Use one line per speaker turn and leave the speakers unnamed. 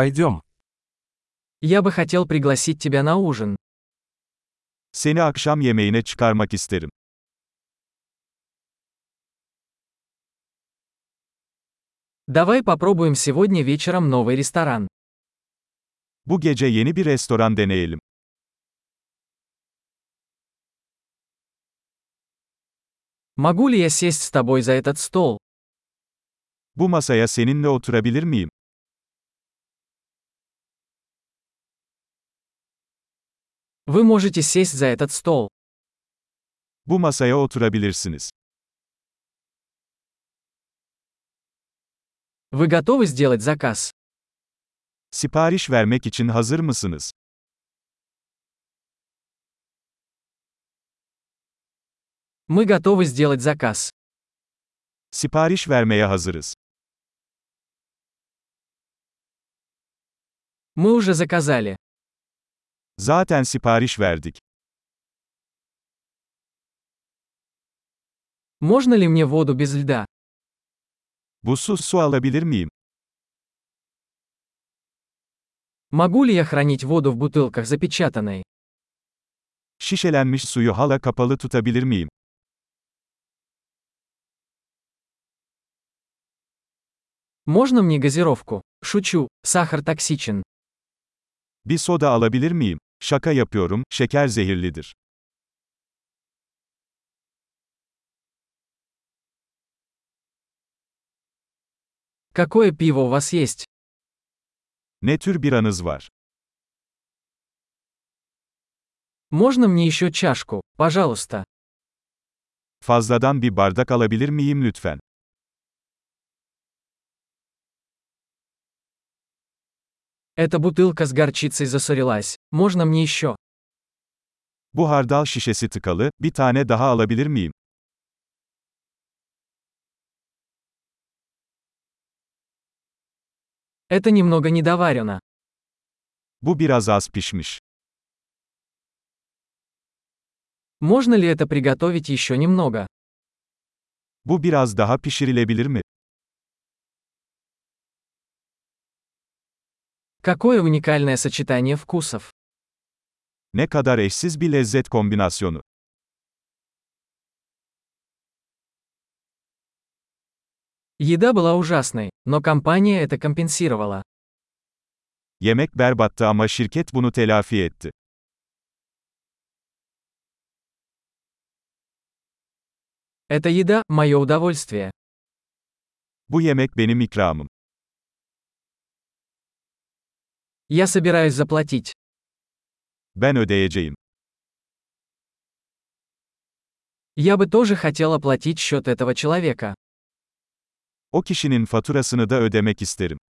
Пойдем.
Я бы хотел пригласить тебя на ужин.
Seni akşam yemeğine çıkarmak isterim.
Давай попробуем сегодня вечером новый ресторан.
Bu gece yeni bir restoran deneyelim.
Могу ли я сесть с тобой за этот стол?
Bu masaya seninle oturabilir miyim?
Вы можете сесть за этот стол.
Bu masaya oturabilirsiniz.
Вы готовы сделать заказ?
Sipariş vermek için hazır mısınız?
Мы готовы сделать заказ.
Sipariş vermeye hazırız.
Мы уже заказали.
Zaten sipariş verdik.
Можно ли мне воду без льда?
Buzsuz su alabilir miyim?
Могу ли я хранить воду в бутылках запечатанной?
Şişelenmiş suyu hala kapalı tutabilir miyim?
Можно мне газировку? Шучу, сахар токсичен.
Bir soda alabilir miyim? Şaka yapıyorum, şeker zehirlidir.
Какое пиво у вас есть?
Ne tür bir anız var?
Можно мне еще чашку, пожалуйста?
Fazladan bir bardak alabilir miyim lütfen?
Эта бутылка с горчицей засорилась. Можно мне еще?
Bu hardal şişesi tıkalı, bir tane daha alabilir miyim?
Это немного недоварено.
Bu biraz az pişmiş.
Можно ли это приготовить еще немного?
Bu biraz daha pişirilebilir mi?
Какое уникальное сочетание вкусов.
Ne kadar eşsiz bir lezzet kombinasyonu.
Еда была ужасной, но компания это компенсировала.
Yemek berbattı ama şirket bunu telafi etti.
Эта еда – мое удовольствие.
Bu yemek benim ikramım.
Я собираюсь заплатить.
Ben ödeyeceğim.
Я бы тоже хотел оплатить счет этого человека.
O kişinin faturasını da ödemek isterim.